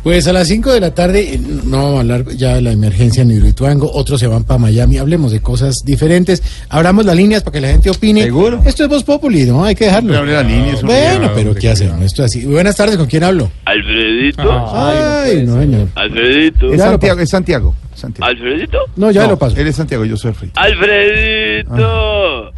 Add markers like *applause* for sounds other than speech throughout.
Pues a las 5 de la tarde eh, no vamos a hablar ya de la emergencia en Hidroituango, otros se van para Miami, hablemos de cosas diferentes, abramos las líneas para que la gente opine. ¿Seguro? Esto es Voz Populi, ¿no? Hay que dejarlo. Abre las líneas, hombre. bueno, Ah, pero hombre, ¿qué hacemos? cuidado. Esto es así. Buenas tardes, ¿con quién hablo? Alfredito, Ay, no, señor. Alfredito, Ya lo Santiago, es Santiago. Santiago. Alfredito, No, ya No, lo paso. Él es Santiago, yo soy Alfredo. Alfredito, Ah.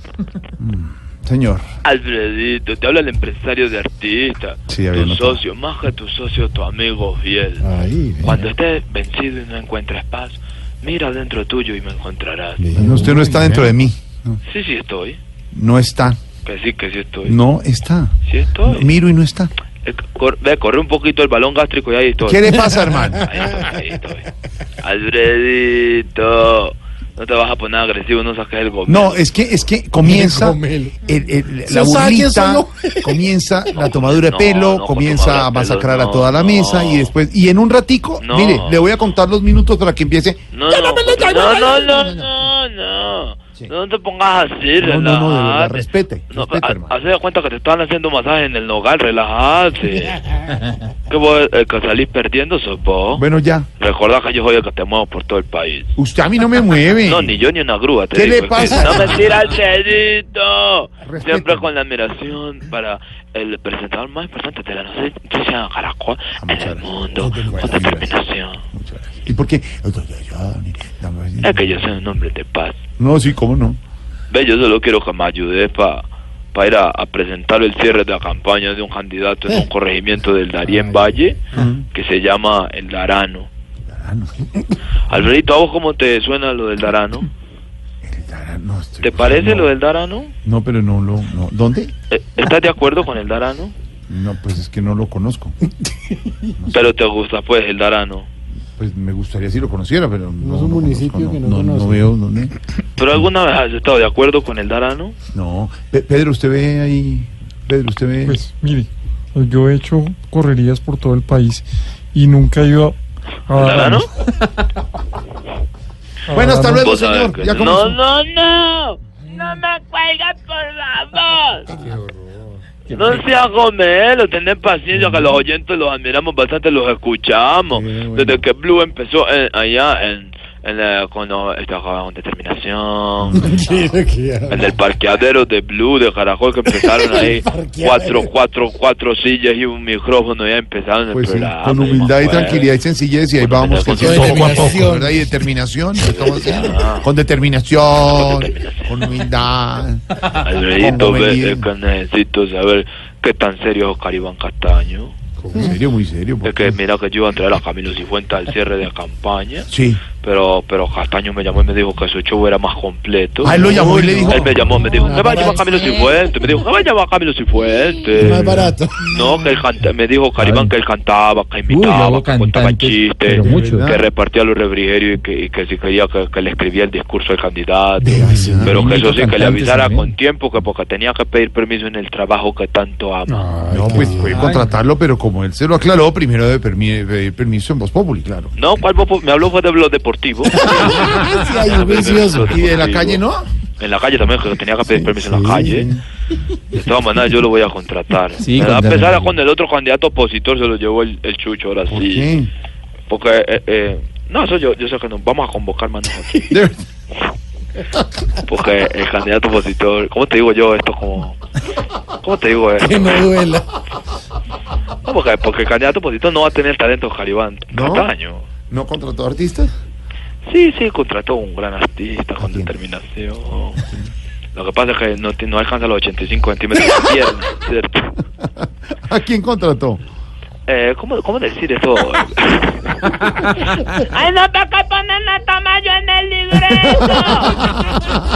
Señor. Alfredito, te habla el empresario de artista, Sí, había tu notado. Ah, socio, más que tu socio, tu amigo fiel. Ahí, bien. Cuando estés vencido y no encuentres paz, mira dentro tuyo y me encontrarás. Bien. *laughs* No, usted no está dentro de mí. No, Sí, sí estoy, no está. que sí, que sí estoy. No está. Sí estoy. Miro y no está. Eh, cor- ve, corre un poquito el balón gástrico y ahí estoy. ¿Qué le pasa, hermano? Ahí estoy, ahí estoy. Alfredito, no te vas a poner agresivo, no saques el gobierno. No, es que, es que comienza Gomelo. el- el- Se la saque burlita, solo. comienza la No, tomadura de no, pelo, no, comienza tomadura a de pelo, masacrar a no, toda la no. mesa y después, y en un ratico, No. mire, le voy a contar los minutos para que empiece. No, no, no, no, no, no, no, no te pongas así, No, no, relájate. no, de verdad, respete, No, respete, ha- hermano. hazte de cuenta que te están haciendo masaje en el *laughs* nogal, relájate. que vos, el que salís perdiendo sos vos. Bueno, ya. Recordá que yo soy el que te muevo por todo el país. Usted a mí no me mueve. No, ni yo ni una grúa, te ¿Qué digo, le es que pasa? No me tira el dedito. Respete. Siempre con la admiración para el presentador más importante de la noticia Caracol en muchas el gracias. mundo. Bueno, Con muchas gracias. determinación. ¿Y por qué? Es que yo soy un hombre de paz. No, sí, cómo no. Ve, yo solo quiero que me ayudes para ir a, a presentar el cierre de la campaña de un candidato en un corregimiento del Darien Valle que se llama el Darano. Alfredito, ¿a vos cómo te suena lo del Darano? Ah, No, ¿Te parece lo del Darano? No, pero no lo. No. ¿Dónde? Eh, ¿Estás de acuerdo con el Darano? No, pues es que no lo conozco. Pero te gusta pues el Darano. Pues me gustaría si lo conociera, pero. No, es un lo municipio que no conoce. No veo dónde. ¿Pero alguna vez has estado de acuerdo con el Darano? No. Pe- Pedro, ¿usted ve ahí? Pedro, ¿usted ve? Pues mire, yo he hecho correrías por todo el país y nunca he ido a... ¿El Darano? a- bueno, hasta a- luego, Vos sabés señor. que- Ya No, comenzó. no, no. No me cuelgues, por favor. No sea gomelo, tened paciencia, que los oyentes los admiramos bastante, los escuchamos. Sí, bueno. Desde que Blue empezó en- allá en, en la- con, los- esta- con *laughs* determinación. Quiero que hable. En el parqueadero de Blue, de Caracol, que *laughs* empezaron ahí parqueadero. cuatro, cuatro, cuatro sillas y un micrófono, ya empezaron el Pues sí, programa. con humildad y pues. tranquilidad y sencillez, y ahí Con vamos. humildad, que con sí, poco a determinación. poco, ¿verdad? Y determinación. lo estamos haciendo. Ah. Con determinación, Con determinación. con humildad. Alfredito, Con ve, humildad. es que necesito saber qué tan serio es Caribán Castaño. Muy serio, muy serio. Es que mira que yo iba a traer a Camilo Cifuentes al cierre de campaña, Sí. pero pero Castaño me llamó y me dijo que su show era más completo. Ah, él lo llamó y le dijo. Él me llamó, me dijo, No, ¿qué va a llamar parece. Camilo Cifuentes? Me dijo, ¿qué va a llamar Camilo Cifuentes? Más barato. *laughs* No, que él canta- me dijo Caribán que él cantaba, que imitaba, hubo que contaba cantantes, chistes, pero muchos. Pues que repartía los refrigerios y que, y que si quería que, que le escribía el discurso al candidato. verdad. Pero que eso Muchos sí, que le cantantes avisara también. con tiempo, que porque tenía que pedir permiso en el trabajo que tanto ama. No, pues puede contratarlo, pero como él se lo aclaró, primero debe permi- pedir permiso en Voz Populi, claro. No, ¿cuál vos- me habló fue de los deportivos. Sí, hay un vicioso. Ah, ¿Y de la calle no? *laughs* En la calle también, que tenía que pedir permiso en la calle. De todas maneras, yo lo voy a contratar. Me Sí, da contrátalo. pesar con el otro candidato opositor, se lo llevó el, el Chucho, ahora ¿Por sí. qué? Porque, eh, eh, no, eso yo, yo sé que nos vamos a convocar manos aquí. De verdad. Porque el candidato opositor, ¿cómo te digo yo esto? Como, ¿Cómo te digo esto? Que no duela. No, porque, porque el candidato opositor no va a tener talento Caribán ¿No? Castaño. ¿No contrató artistas? Sí, sí, contrató a un gran artista con quién? determinación. Lo que pasa es que no, ti- no alcanza los 85 centímetros de *laughs* pierna, ¿cierto? ¿A quién contrató? Eh, ¿cómo, ¿Cómo decir *laughs* eso? Ay, no para que ponen a Tamayo en el libreto.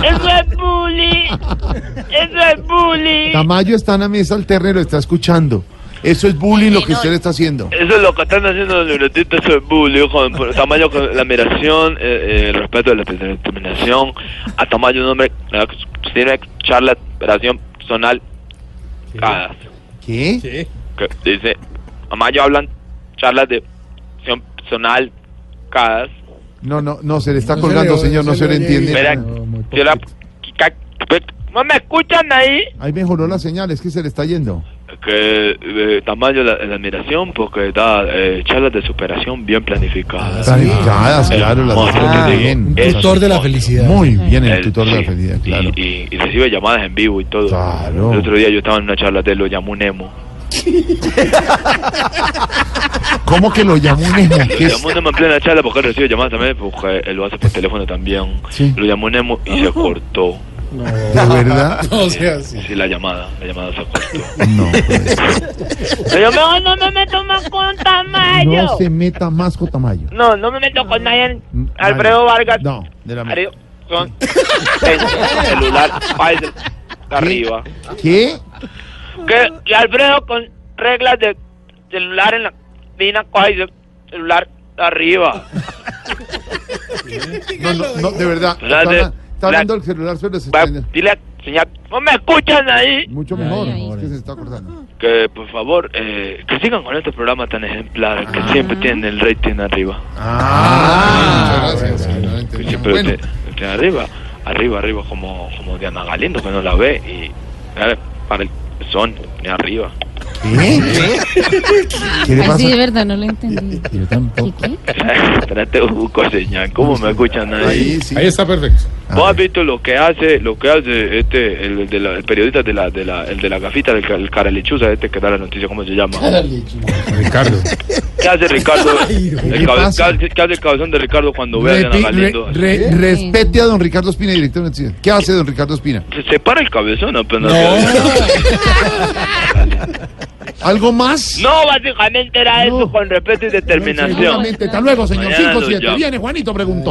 Eso es bullying. Eso es bullying. Tamayo está en la mesa alterna y lo está escuchando. Eso es bullying lo que usted le está haciendo. Eso es lo que están haciendo los libretistas, eso es bullying, con por Tamayo, con la admiración, eh, eh, el respeto de la determinación. A Tamayo, un hombre eh, que tiene charla, relación personal, cada- ¿Qué? que dice, Tamayo hablan charlas de relación personal, cada No, no, no, se le está No se colgando, le oye, señor, no no se se le le oye entiende. Mira, No, muy yo la- pues, poquito. ¿No me escuchan ahí? Ahí mejoró la señal, es que se le está yendo. que eh, Tamayo la, la admiración porque da eh, charlas de superación bien planificadas. Ah, Planificadas, claro, las Hermoso, hacen te digo, bien. Un es tutor de la hermoso. felicidad. Muy bien el Él, tutor de la sí, felicidad, y- claro. Y, y recibe llamadas en vivo y todo. Claro. El otro día yo estaba en una charla de él, lo llamó Nemo. ¿Cómo que lo llamó un emo? ¿Qué Lo es? llamó Nemo en plena charla porque él recibe llamadas también, porque él lo hace por teléfono también. Sí. Lo llamó Nemo y se cortó. ¿De verdad? *laughs* No, o sea, sí. Sí, la llamada, la llamada se cortó. *laughs* No. pues, Pero mejor no me meto más con Tamayo. No se meta más con Tamayo. No, no me meto con nadie. Alfredo Vargas. No, de la Ariel, son el celular, Pfizer, arriba. ¿Qué? Que que Alfredo con reglas de celular en la Dina Pfizer, celular arriba. No, no, no, de verdad. La Está, habla- de- está la- hablando el celular suelo se Va, está- dile, señal, no me escuchan ahí. Mucho mejor. ay. Es que se está cortando. Que por favor, eh, que sigan con este programa tan ejemplar, que siempre tienen el rating arriba. Ah, muchas gracias. sí, no lo Que entendí. siempre lo Bueno, tienen- lo tienen arriba, arriba, arriba, como, como Diana Galindo, que no la ve. Y a ver, para el son, ni arriba. ¿qué? ¿Qué le Así pasa? de verdad, no lo entendí. Yo ¿Qué, tampoco. qué? *laughs* Espérate, busco señal, ¿cómo me escuchan Ahí sí. Ahí está perfecto. A ¿Vos has ver. visto lo que hace, lo que hace este, el, de la- el periodista de la, de la, el de la gafita, el, ca- el cara lechuza este que da la noticia, ¿cómo se llama? Ricardo. ¿Qué hace Ricardo? ¿qué El cabe- pasa? ¿qué, qué hace el cabezón de Ricardo cuando ve a Diana Repi- re- Galindo? re- respete a don Ricardo Espina, director de Noticias. ¿Qué hace don Ricardo Espina? Se separa el cabezón apenas. ve a *laughs* Diana Galindo. No. ¿Algo más? No, básicamente era eso con respeto y determinación. Seguramente. Hasta luego, señor. Mañana lo 5-7. llamo. Viene Juanito Preguntó.